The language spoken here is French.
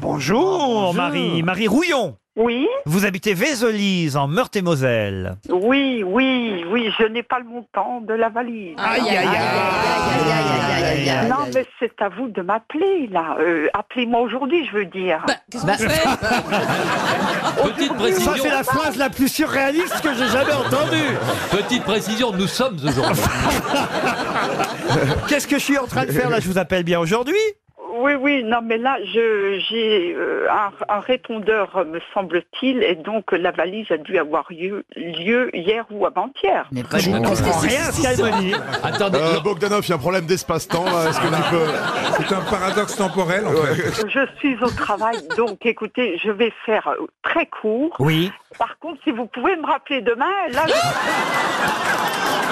Bonjour, Marie, Marie Rouillon. Oui, Vous habitez Vézelise en Meurthe-et-Moselle. oui, oui, oui, je n'ai pas le montant de la valise. non, mais c'est à vous de m'appeler, là. Euh, Appelez-moi aujourd'hui, je veux dire. Qu'est-ce qu'on fait Petite Ça précision, c'est la phrase la plus surréaliste que j'ai jamais entendue. petite précision, nous sommes aujourd'hui. Qu'est-ce que je suis en train de faire là Je vous appelle bien aujourd'hui. Oui, oui, non, mais là, je j'ai euh, un, un répondeur, me semble-t-il, et donc euh, la valise a dû avoir lieu, lieu hier ou avant-hier. Mais pas Je ne comprends rien à ce qu'elle me dit. Attendez, Euh, non, Bogdanov, il y a un problème d'espace-temps. là. Est-ce que tu peux. C'est un paradoxe temporel, en fait. Je suis au travail, donc écoutez, je vais faire euh, très court. Oui. Par contre, si vous pouvez me rappeler demain, là, je-